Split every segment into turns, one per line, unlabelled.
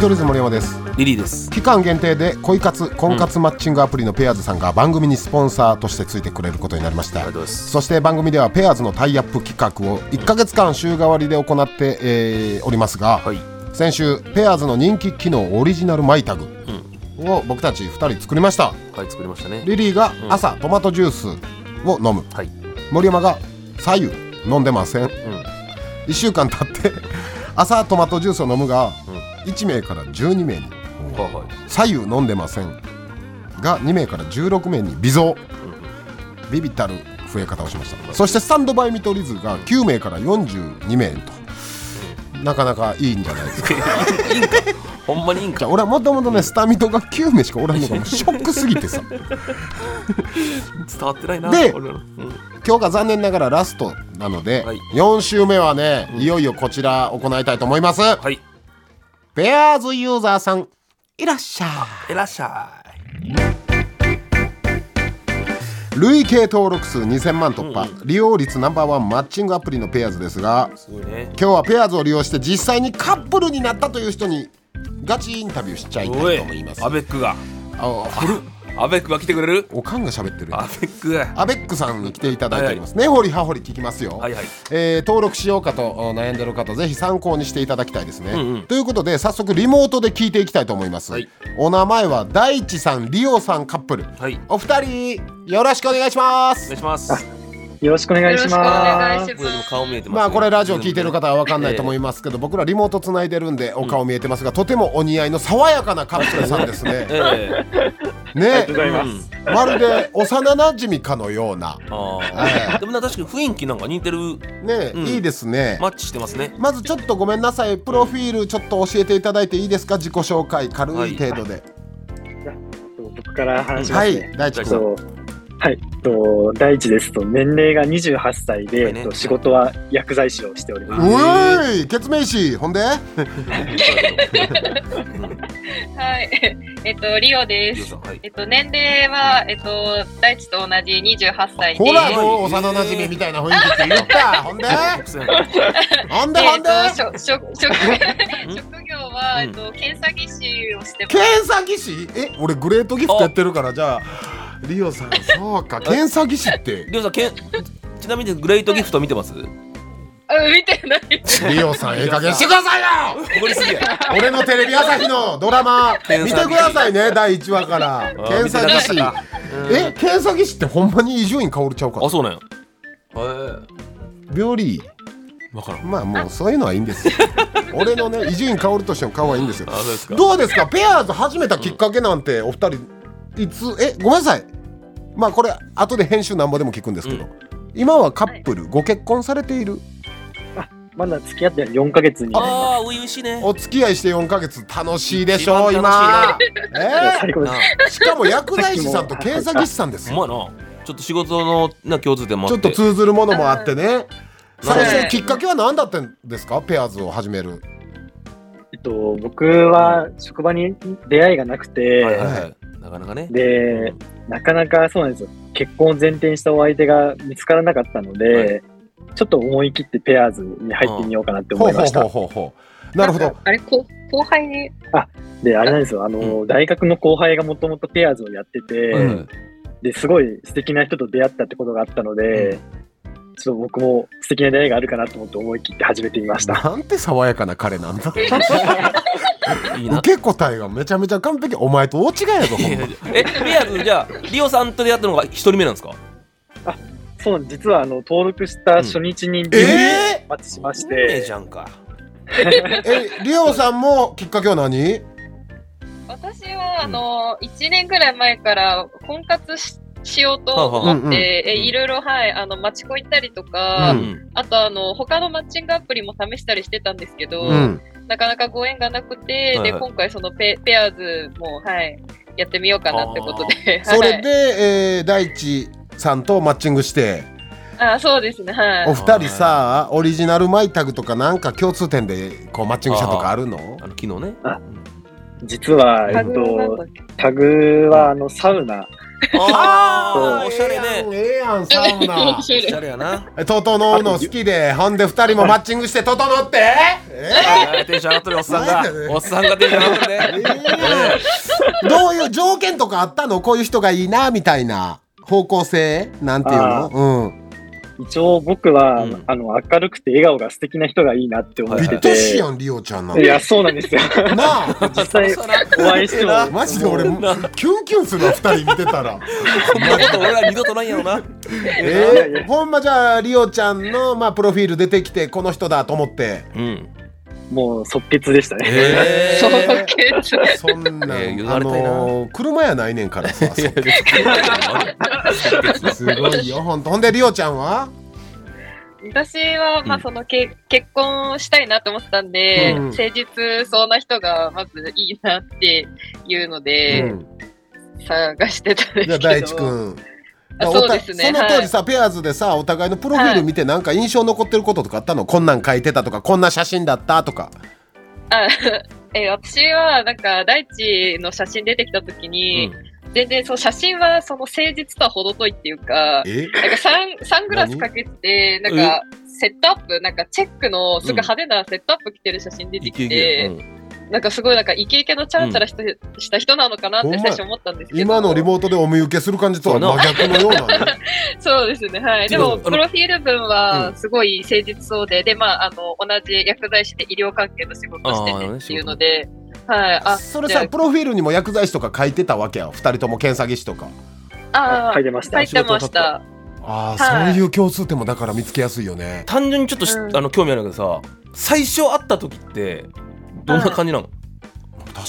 ドルズ森山です
リリーです
期間限定で恋活婚活マッチングアプリのペアーズさんが番組にスポンサーとしてついてくれることになりました
りがとうございます
そして番組ではペアーズのタイアップ企画を1ヶ月間週替わりで行って、えーおりますが、
はい
先週ペアーズの人気機能オリジナルマイタグを僕たち2人作りました
はい作りましたね
リリーが朝トマトジュースを飲む
はい
森山が「左右飲んでません」1週間経って朝トマトジュースを飲むが、1名から12名に
はいはい
左右飲んでませんが2名から16名に微増ビビたる増え方をしましたそしてスタンドバイ見取り図が9名から42名となかなかいいんじゃないです か
ほんまにいいんか
じゃあ俺はもともとねスタミトが9名しかおらんのがもうショックすぎて さ
伝わってないな
で
俺らのうん
今日が残念ながらラストなので、
はい
4週目はねいよいよこちら行いたいと思います、
はい
ペアーズユーザーさんいらっしゃ
いらっしゃい
い累計登録数2000万突破、利用率ナンバーワンマッチングアプリのペアーズですが
すごいね
今日はペアーズを利用して実際にカップルになったという人にガチインタビューしちゃいた
お
い
い
と思います
アベックが
あお
アベックが来てくれる
おかんが喋ってる
アベックが
アベックさんに来ていただいておりますね、ほりはほり聞きますよ、
はいはい
えー登録しようかとお悩んでる方ぜひ参考にしていただきたいですね、ということで早速リモートで聞いていきたいと思います、
はい
お名前は大地さんリオさんカップル、
はい
お二人よろしくお願いしま
お
す
願いします
よろしくお願いしま
よろ
す
しくお願いし
僕らにも顔見えてますね
まあこれラジオ聞いてる方は分かんないと思いますけど、僕らリモートつないでるんでお顔見えてますが、とてもお似合いの爽やかなカップルさんですね。
ええ
あり
ね
がとうございま
う
す
ん
まるで幼馴染かのような
あ
は
あでもな確かに雰囲気なんか似てる
ね、
うん
いいですね。
マッチしてます ね
まずちょっとごめんなさいプロフィールちょっと教えていただいていいですか自己紹介軽い程度で。
僕から話しま
は
す
い、
ね。
大地
えっ
君。
とはい、えっと第一ですと年齢が28歳で、
ね
えっと仕事は薬剤師をしており
う
ます。
ーい、ケツメイシほんで
はい。 えっと、リオで
リオ
す
さ。んはい
えっと、年齢は、えっと、大地と同じ28歳で。
ほら
で
もう幼馴染みたいな雰囲気って言ったほんでほんでほ
えっ
ん
と
で、
職、職、職職業は、えっと、検査技師をしてます。
検査技師え俺グレートギフトやってるからじゃあリオ さんそうか検査技師 って
りょうさんけんちなみにグレートギフト見てます
あ、見てない。
リオさんええ加減してくださいよ
怒りすぎや
俺のテレビ朝日のドラマ見てくださいね第1話から
あ
検査技師
見てなかった
え検査技師ってほんまに伊集院薫ちゃうか
あそうなんやへ
病理
え分からん
まあもうそういうのはいいんですよ 俺のね伊集院薫としての顔はいいんですよ
あそうですか
どうですかペアーズ始めたきっかけなんてお二人いつえごめんなさいまあこれ後で編集なんぼでも聞くんですけど、
うん
今はカップルご結婚されている
まだ付き合って4ヶ月になりま
ああ初々しいね
お付き合いして4ヶ月楽しいでしょう
一
今
番、
す。
え
最高です。
ー、しかも薬剤師さんと検査技師さんです
ほんまやなちょっと仕事のな共通点もあ
ちょ
っ
っと
て
通ずるものもあってね
はい
最初きっかけは何だったんですかペアーズを始める
えっと僕は職場に出会いがなくて、
はいはいはいなかなかね
でなかなかそうなんですよ。結婚を前提にしたお相手が見つからなかったので、
は
ちょっと思い切ってペアーズに入ってみようかなって
ほう
思い
ほ
ま
う
した
ほう。ほうほうなるほど。
あれ、こ後輩 に。
で、あれなんですよ。あの、大学の後輩がもともとペアーズをやってて、
はい
うん
ですごい素敵な人と出会ったってことがあったので、ちょっと僕も素敵な出会いがあるかなと思って思い切って始めてみました。
なんて爽やかな彼なんだ
いいな
受け答えがめちゃめちゃ完璧お前と大違いやぞほんま
えペアーズじゃあリオさんと出会ったのが一人目なんですか
そうなんです実はあの登録した初日に、
え
マッチしまし
運命
て
じ、ゃんか
えリオさんもきっかけは何
私は、あの、1年ぐらい前から婚活ししようと
うん
思
う
っ
ん
て、えいろいろ、はい、あの、町子行ったりとか、
うん
あと、あの、他のマッチングアプリも試したりしてたんですけど、
うん
なかなかご縁がなくて、
はい
で
はい
今回そのペペアーズもはいやってみようかなってことで、は い、
それで、えー、大地さんとマッチングして
あそうですねは
お
い
二人さオリジナルマイタグとかなんか共通点でこうマッチングしたとかあるの
あの昨日ね
あ実は、え
タ
っ
グなんだ
と
っ、け
タグはあのサウナ
ああ、おしゃれね。
ええやん、サウナ
面。白
お
い
しゃれやな。
え整うの好きで、ほんで二人もマッチングして整って。え
あーテンション上がっとるおっさん
なんだよ
が。おっさんがテンション上がっとる
ええ
ね。
やんどういう条件とかあったの、こういう人がいいなみたいな方向性、なんていう
あ
の。
一応僕は、
うん
あの明るくて笑顔が素敵な人がいいなって
う
思
ん。
っ
び
はい
て
っ
はい
と
て、
しやん、リオちゃんなん
い、
て。
やそうなん ですよ
なあ。
実際
そら
お会いして
ええな
も
マジで俺
もう
キュンキュンするわ二人見てたら
こんなこと俺は二度とないやろな。
えー、ほんまじゃあリオちゃんの、まあ、プロフィール出てきてこの人だと思って
うん。
もう即決でしたね、
え
そう
ー
結
そんなん、
えー言
あ
われたいな
のー車やないねんからさそすごいよほんとほんでリオちゃんは、
私は、ま
う
あ、
ん
そのけ結婚したいなと思ってたんで、
うん
誠実そうな人がまずいいなっていうので、
うん
探してたんですけ
じゃ
ど
あ大地君
あ
おた
そうです
そ
ね
の当時さ、ペアーズでさお互いのプロフィール見てなんか印象残ってることとかあったの、こんなん書いてたとかこんな写真だったとか
あえ私はなんか大地の写真出てきた時に、全然その写真はその誠実とは程遠いっていうか
え
なんかサンサングラスかけてなんかセットアップなんかチェックのすごい派手なセットアップ着てる写真出て
いけ
き
いけ
て、
うん
なんかすごいなんかイケイケのチャラチャラした,、した人なのかなって最初思ったんですけど
今のリモートでお見受けする感じとは真逆のようなね
そうですね、はい。
で
で
も
も、
あの
プロフィール文
う
は
ん
すごい誠実そうで、で、まあ、あの、同じ薬剤師で医療関係の仕事をして
あー
て
ね
っていうので、はい。 あ、
それ
じゃ
さプロフィールにも薬剤師とか書いてたわけや二人とも検査技師とか
あ、あー、
書いてました
書いてました。
ああ、
はい
そういう共通点もだから見つけやすいよね。
単純にちょっとし、
うん
あの興味あるんだけどさ最初会った時ってどんな感じな の、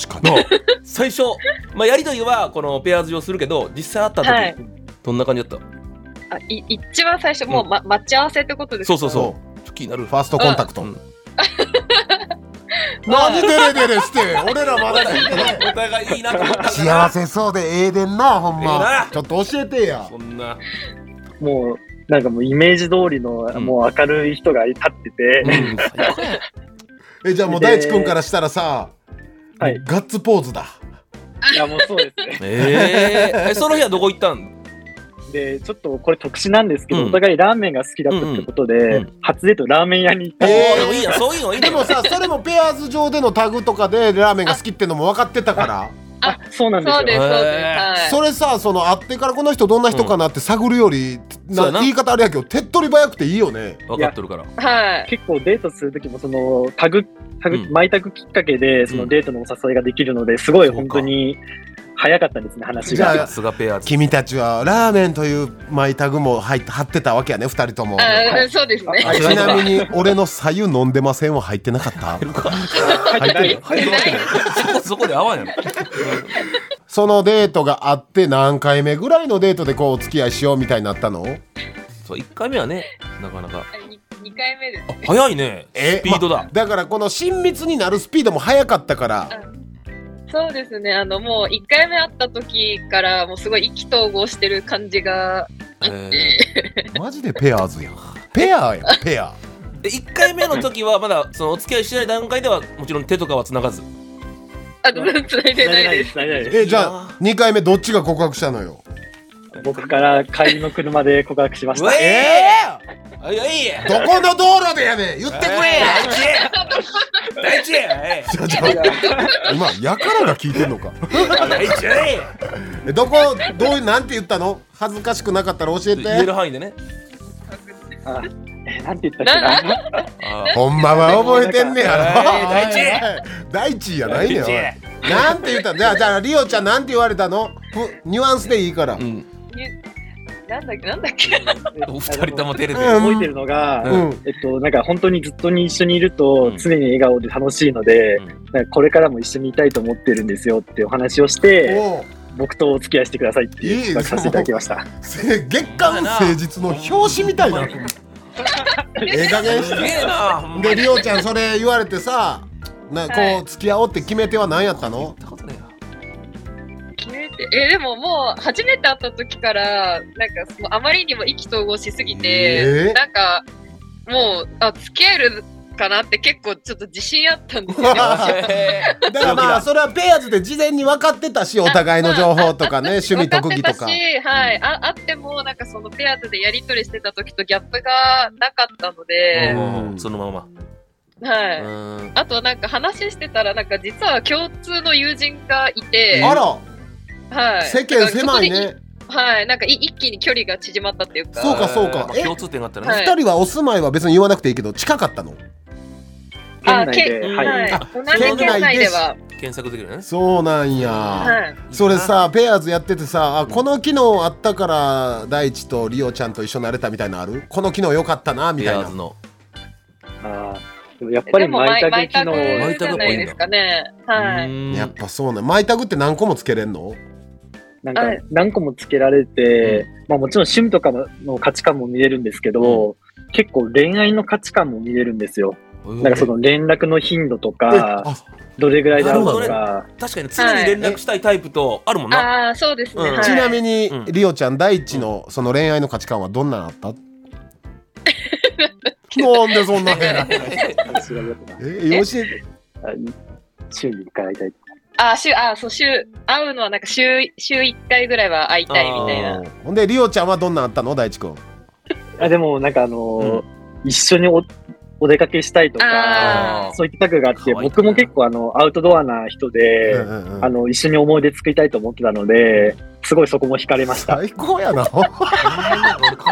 確か
な
に。
あ最初、まあ、やり取りはこのペアーズ上するけど実際会った時、
はい
どんな感じだった
あい一番最初、もう、ま、待ち合わせってことです
そうそう
う。
そ
そう
ちょっと気になる
う。ファーストコンタクト。
うん
何デレデレして、俺らまだ聞いてない。
お互いいいなと思ったから
幸せそうでええでんな、ほん
ええ
ま
な。
ちょっと教えてや
そ。んな、
もうなんかもうイメージ通りの、
うん
もう明るい人が立ってて、
うん、最高や
え、じゃあもう大地君からしたらさ、
はい
ガッツポーズだ。
いやもうそうですね
えー、えその日はどこ行ったん
でちょっとこれ特殊なんですけど、
うん
お互いラーメンが好きだったってことで、
んうん
初デートラーメン屋に行った
お
んです
えー
ーでもいいやそういうのいい
で
ね
もさ、 それもペアーズ上でのタグとかでラーメンが好きってのも分かってたから、
あそうなんですよ
そうです、
へー
そうです。はい。
それさ、その会ってからこの人どんな人かなって探るより、
そう
な
やな
言い方あれやけど、手っ取り早くていいよね。
分かっとるから
はい。
結構デートする時もそのタグタグ、
うん
マイタグきっかけでそのデートのお誘いができるのですごい
そうか
本当に早かったんですね話
じゃあ
が。
さすがペアーズ
君たちはラーメンというマイタグも入って貼ってたわけやね二人とも
あ
ち
ーそうですね。
あそういうこと
なみに俺の左右飲んでませんは入ってなか った
入るか
入ってる
入るわけないそこそこで合わんや ろ
そのデートがあって何回目ぐらいのデートでこうお付き合いしようみたいになったの
そう1回目はねなかなか
に二回目です。
あ早いね
え
スピードだ、
だからこの親密になるスピードも速かったから
そうですね。あの、もう一回目会った時から、もうすごい意気投合してる感じが、
えー
マジでペアーズやんペアやんペア
で1回目の時はまだそのお付き合いしてない段階ではもちろん手とかは繋がず
あ、つないでないです。
すないです
えじゃあ2回目どっちが告白したのよ
僕から帰りの車で告白しまし
う
た。
えー、いやいいや
どこの道路でやねん言ってくれや
大地大地
ちょちょ今やからが聞いてんのか
大地
えどこどういうなんて言ったの恥ずかしくなかったら教え
言える
て
範囲でね
あえなんて言ったっけな。
あ
ほんまは覚えてんねやろ
大地
第一位やないねんおいなんて言ったじゃあじゃあリオちゃんなんて言われたのふニュアンスでいいから、
うん
なんだっけ、なんだっ け。
お二人とも照れて
うん
る
覚えてるのが、
うん
えっとなんか本当にずっとに一緒にいると
うん
常に笑顔で楽しいので、
うん
なんかこれからも一緒にいたいと思ってるんですよってお話をして、
おう
僕とお付き合いしてくださいって
いい
いう告白させていただきました。
せ月刊誠実の表紙みたいなええ加減
す
し
げえなほんま
て
に
でリオちゃんそれ言われてさな
は
こう付き合おうって決め手は何やったの、
言ったことねえな
決めてえでももう初めて会った時からなんかそのあまりにも意気投合しすぎて、
えー
なんかもうあ付き合えるかなって結構ちょっと自信あったんですよね。
だからまあそれはペアーズで事前に分かってたしお互いの情報とかね趣味特技と
分
か
かってたし、はい、ああってもなんかそのペアーズでやり取りしてた時とギャップがなかったので、
うんそのまま。
はい。
うん
あとなんか話してたらなんか実は共通の友人がいて、
あら
はい、
世間狭い
なんか
ね
そこで。はい、なんかい一気に距離が縮まったっていうか、
そうかそうか
まあ
え
共通点があったら
は
ね。
い
二人はお住まいは別に言わなくていいけど近かったの
あ
県内で、
け
はい
はい
あ、
同じ県内では、
検索できるよね。
そうなんや、
はい、
それさペアーズやっててさあこの機能あったから大地とリオちゃんと一緒になれたみたいなのあるこの機能良かったなみ
ペ
たい
ア
な
ーズの。
あーでもやっぱり
でも
舞茸
舞
機能
舞
茸
茸
じゃないですかね、は
う
い、
ん
やっぱそうねマイタグって何個もつけれんの
なん
は
か
い
何個もつけられて、まあもちろん趣味とかの価値観も見れるんですけど、結構恋愛の価値観も見れるんですよ。なんかその連絡の頻度と
え
か、
あ
どれぐらいだろうと
なる
か、
確かに常に連絡したいタイプとあるもんな。
ああーそうですね、
うん
はい、
ちなみに、
うん
リオちゃん大地のその恋愛の価値観はどんなのあ ったなんでそんな 変な
私がやってた
えよし
あ週に1回会いたい。
あー週あーそう週会うのはなんか週週一回ぐらいは会いたいみたいな、
ほんでリオちゃんはどんなのあったの大地くん
あでもなんかあのー一緒におお出かけしたいとか、
あ
そういったタグがあっ
可
て、
愛いな
僕も結構あのアウトドアな人で、
うんうんうん
あの一緒に思い出作りたいと思ってたので、すごいそこも惹かれました。
最高やな
俺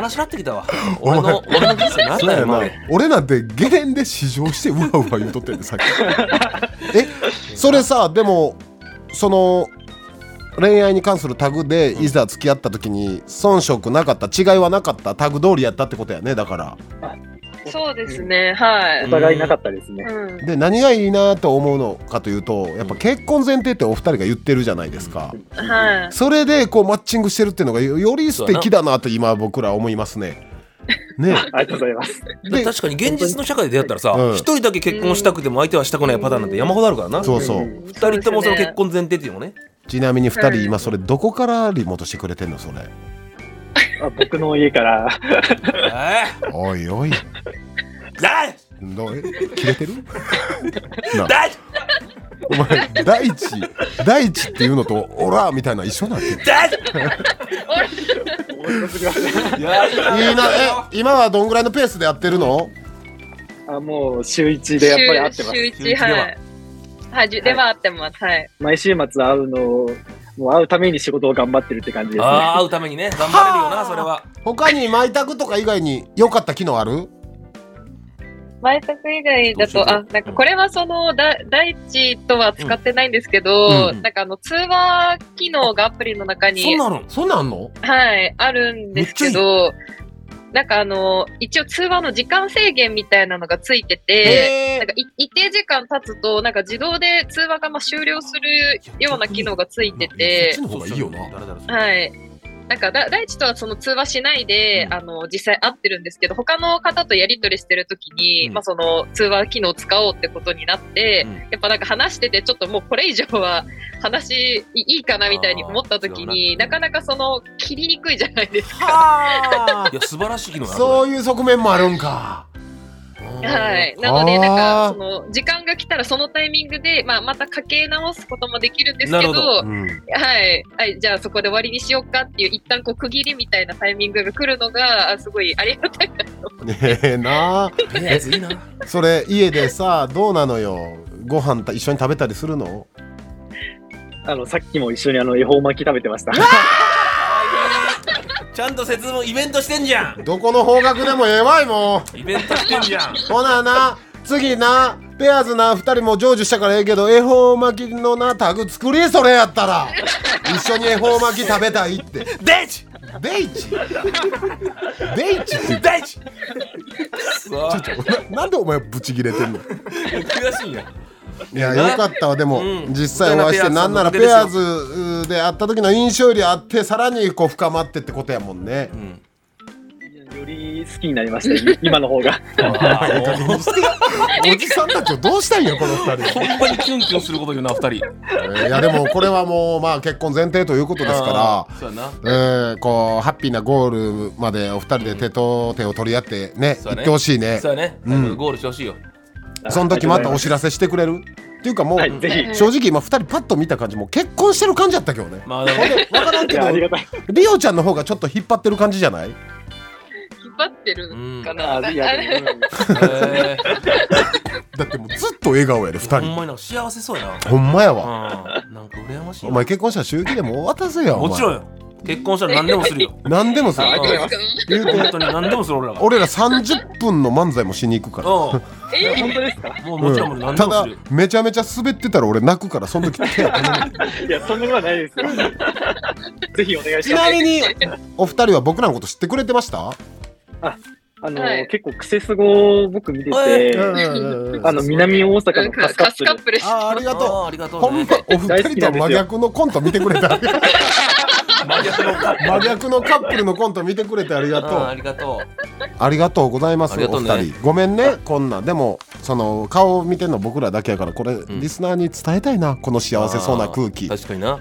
悲しなってき たわ。俺の俺の人生なんだよ今まで。
俺なんてゲレンで試乗してうわうわ言うとってんで さっきえそれさでもその恋愛に関するタグでいざ付き合った時に遜色なかった違いはなかったタグ通りやったってことやねだから
ーそうですね、は
お
い、
互いなかったですね。
うん、
で何がいいなと思うのかというとやっぱ結婚前提ってお二人が言ってるじゃないですか
はい。
それでこうマッチングしてるっていうのがよより素敵だなと今僕ら思いますね。ね
ありがとうございます。
で
確かに現実の社会で出会ったらさ
う、ん
一人だけ結婚したくても相手はしたくないパターンなんて山ほどあるからな。
そうそう
うん
二人ともその
そうですね
結婚前提っていうのもね。
ちなみに 二
う
人
ん
今それどこからリモートしてくれてんのそれ。
あ僕の 家から、
ええ。
おいおい
だい
どうえ切れてるな
だい
お前大地大地っていうのとオラみたいな一緒なんてい
だいいやいや
いなえ今はどんぐらいのペースでやってるの
あもう週一でやっぱり会ってま
週
す。
週一はい。はい、じゅでは会ってます。はい。
毎週末会うのを、もう会うために仕事を頑張ってるって感じですね。
ああ会うためにね頑張れるよなそれは
他にマイタグとか以外に良かった機能ある
前作以外
ど
だ
うし
と、
よう
あ、なんかこれはその、だ大地とは使ってないんですけど、
うん
なんかあの、通話機能がアプリの中
そん
に、
なの
そんなんあんの
はい、あるんですけど、なんかあの、一応通話の時間制限みたいなのがついてて、
え
なんかい一定時間経つと、なんか自動で通話がまあ終了するような機能がついてて、
そっちの方がいいよな
誰々それ
はい。なんかだ大地とはその通話しないで、
うん
あの実際会ってるんですけど他の方とやり取りしてる時に、
うん
まあ、その通話機能を使おうってことになって、
うん
やっぱなんか話しててちょっともうこれ以上は話いいいかなみたいに思った時に
あー
なかなかその切りにくいじゃないですか。
はい
や素晴らしい機能だな
そういう側面もあるんか。
はい、なのでなんかその時間が来たらそのタイミングで、まあ、またかけ直すこともできるんですけ
なる
ど
ほど
うん
はい、はい、じゃあそこで終わりにしようかっていう一旦こう区切りみたいなタイミングが来るのがあすごいありがたい
ねえな
これやついいな
それ家でさどうなのよご飯た一緒に食べたりするの
あの、さっきも一緒にあの、恵方巻き食べてました。
ちゃんと節分イベントしてんじゃん
どこの方角でもええわいも
イベントしてんじゃん
うほなな次なペアーズな2人も成就したからええけど恵方巻きのなタグ作りそれやったら一緒に恵方巻き食べたいって
デイジ
デイチデイチって
デイジそう
ななんでお前ブチギレてんの
悔しいんや
いや
な
よかったわでも、
うん
実際お会いして
ベテラ
な
ン
んなら
ペ
ペ
ア
ア
ー
ー
ズ
ズうーで会った時の印象よりあってさらにこう深まってってことやもん ね
う。ん
より好きになりました、い今の方が。
あー
ええ加減にしておじさんたちをどうしたいんやこの二人
ほ。んまにキュンキュンすること言うな二人で
えーいやでもこれはもうまあ結婚前提ということですから。
そうやな
えー、こうハッピーなゴールまでお二人で手と手を取り合ってね
そ
行
うね
ってほしいね
そうやね
うん
ゴールしてほしいよ
その時またお知らせしてくれるっていうかもう、
はい、ぜひ。
正直今2人パッと見た感じもう結婚してる感じやったけどね
まあでも
分からん
い
け
や、あり
ど
がたい。
リオちゃんの方がちょっと引っ張ってる感じじゃない
引っ張ってるかな。
あいやで も
へー
だってもうずっと笑顔やで2
ほん
人
まになんか幸せそうやな
ほんまやわ
うんなんか羨ましい
お
わ
前結婚したら祝儀でも渡せよお前
もちろんよ結婚したら何でもする よ
何でもさ
ありがとうございます。
言う
本
て
当に何でもする俺らが
俺ら30分の漫才もしに行くから
うん
いや
え
本当ですか
もうもちろん俺
うん
何で
た
も
だ
するよ
めちゃめちゃ滑ってたら俺泣くからその時手当て ない
いや、そんなことはないですよ。 ぜひお願いし
ち
ま
な。
す
みにお二人は僕らのこと知ってくれてました
あの、
はい
結構クセスゴを僕見てて、あの、南大阪のカスカ
カ
ッ
ス
プ
カ
ル
ッ。プル
あーありがと
あーありが
う
とう
ほん
ね
まお二人とは真逆のコント見てくれた
真逆のカップ
真逆のカップルのコント見てくれてありがと
うんあ
う
りがと
ありがとうございます、
ありが
お
とうね
二人ごめんねこんなでもその顔を見てんの僕らだけやからこれ、
ん
リスナーに伝えたいなこの幸せそうな空
う
気
確かにな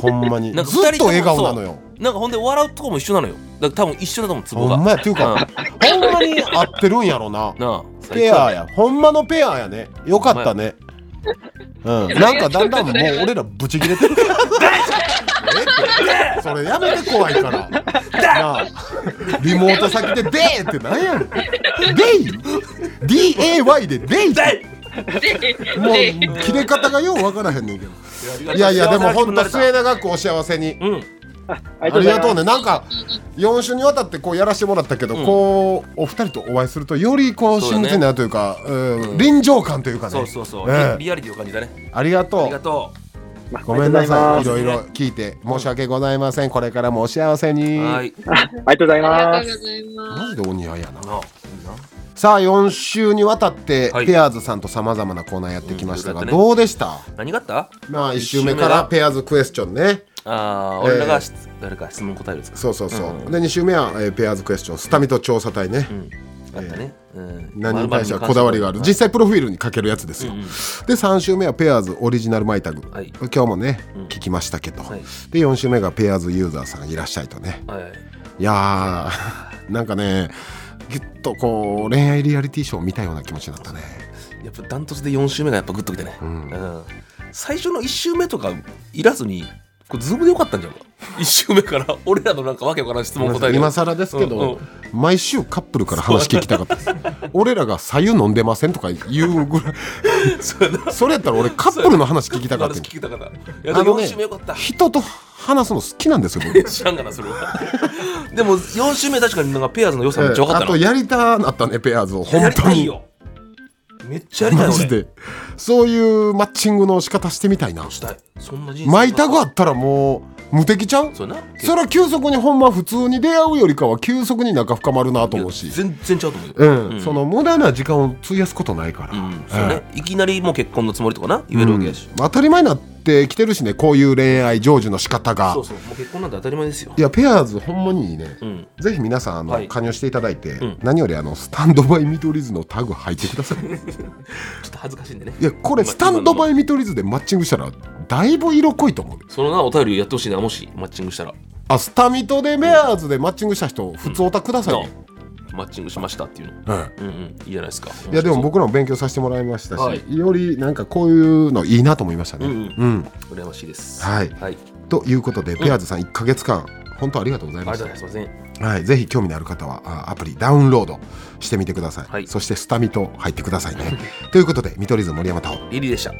ほんまにず
な
っ
んか二人
と笑顔なのよ
なんかほんで笑うとこも一緒なのよだから多分一緒だと思うツボ
ほ
が
んまやっていうか、ほんまに合ってるんやろな
うんなあ
ペアやほんまのペアやねよかったねうんなんかだんだんもう俺らブチ切れ てるえってそれやめて怖いからなあリモート先 で「デー」ってなんやねん「デイ」DAY で「デイ」っても
で、
う切れ方がよう分からへんねんけど
最
い
高
やいやでもほんと
幸せ
末
な
永くお幸せに
気分になれた
あ
ありがとう
ね。
ねなんか4週にわたってこうやらしてもらったけど、
うん
こうお二人とお会いするとよりこう
そうだ
親
ね
切になるというかうん
うん
臨場感という
う
か
ん
ね
そうそうそう
ええ
リリアリティを感じたね
ありが
あ
と
りが
う
と
まあ
ごめんなさいい
あ
ろいろ聞いて申し訳ございませんこれからもお幸せ
う
に
はい
りがとうござい
あ
ま
りがと
す
う。ございます。
マジでお似合いやな
なあ
さあ4週にわたって
はい
ペアーズさんとさまざまなコーナーやってきましたが
うん
どうでした
何があった
まあ1
一
週
週
目
目
から
が
ペアーズクエスチョンね
ああ俺らが質誰か質問答えるやつか
そうそうそう
うん
で2週目はえーペアーズクエスチョンスタミト調査隊ね
うんあったねうん
何に対してはこだわりがある実際プロフィールにかけるやつですよ
うんうん
で3週目はペアーズオリジナルマイタグ
はい
今日もね、
うん
聞きましたけど、
はい
で4週目がペアーズユーザーさんいらっしゃいとね
はい
いや ーなんかねぎゅっとこう恋愛リアリティショーを見たような気持ちになったね
やっぱダントツで4週目がやっぱグッときてね、
うん
うん最初の1週目とかいらずにこれズームでよかったんじゃんか1週目から 俺らのなんかわけわからん質問答えて
今更ですけど、
うんうん
毎週カップルから話聞きたかったです 俺らが「左右飲んでません」とか言うぐらい
そうやな
それやったら俺カップルの話聞きたかっ
話
た
聞きたかったいや
あのね
4週目よかった
人と話すの好きなんですよ 僕
知らんがなそれはでも4週目確かになんかペアーズの良さめっちゃ分かっ
あ
たな、
とやりたなったねペアーズを
や
本
り
当
たい
に
よめっちゃやりたい
マ
よ
ジ
俺
でそういうマッチングの仕方してみたいな
したいそんな人生
マイタグあったらもう無敵ちゃう
そうやな
それは急速にほんま普通に出会うよりかは急速に仲深まるなと思う
いや
し、
全然ちゃうと思うよ
うん
うん
その無駄な時間を費やすことないから、
うんそうね、いきなりもう結婚のつもりとかな言えるわけやし、
うん当たり前になってきてるしねこういう恋愛成就の仕方が
そうそうもう結婚なんて当たり前ですよ
いやペアーズほんまにいいね
うん
ぜひ皆さんあの、
はい
加入していただいて、
ん
何よりあのスタンドバイ見取り図のタグ入ってくだ さい
ちょっと恥ずかしいんでね
いやこれ
今
スタンドバイ見取り図でマッチングしたらだいぶ色濃いと思う
そのなお便りやってほしいなもしマッチングしたら、
あスタミトでペアーズでマッチングした人普通オタくださいね、
なマッチングしましたっていうの
うん
うんうんいいじゃないですか
いやでも僕らも勉強させてもらいましたし、
はい
よりなんかこういうのいいなと思いましたね。
うん
うん
羨ましいです
はい
はい、あり
ということで、ペアーズさん1か月間本当ありがとうござい
が
ま
と
し
うございますすいません
た、はい、ぜひ興味のある方はあアプリダウンロードしてみてください、
は い
そしてスタミと入ってくださいねということで見取り図森山太郎
リリーでした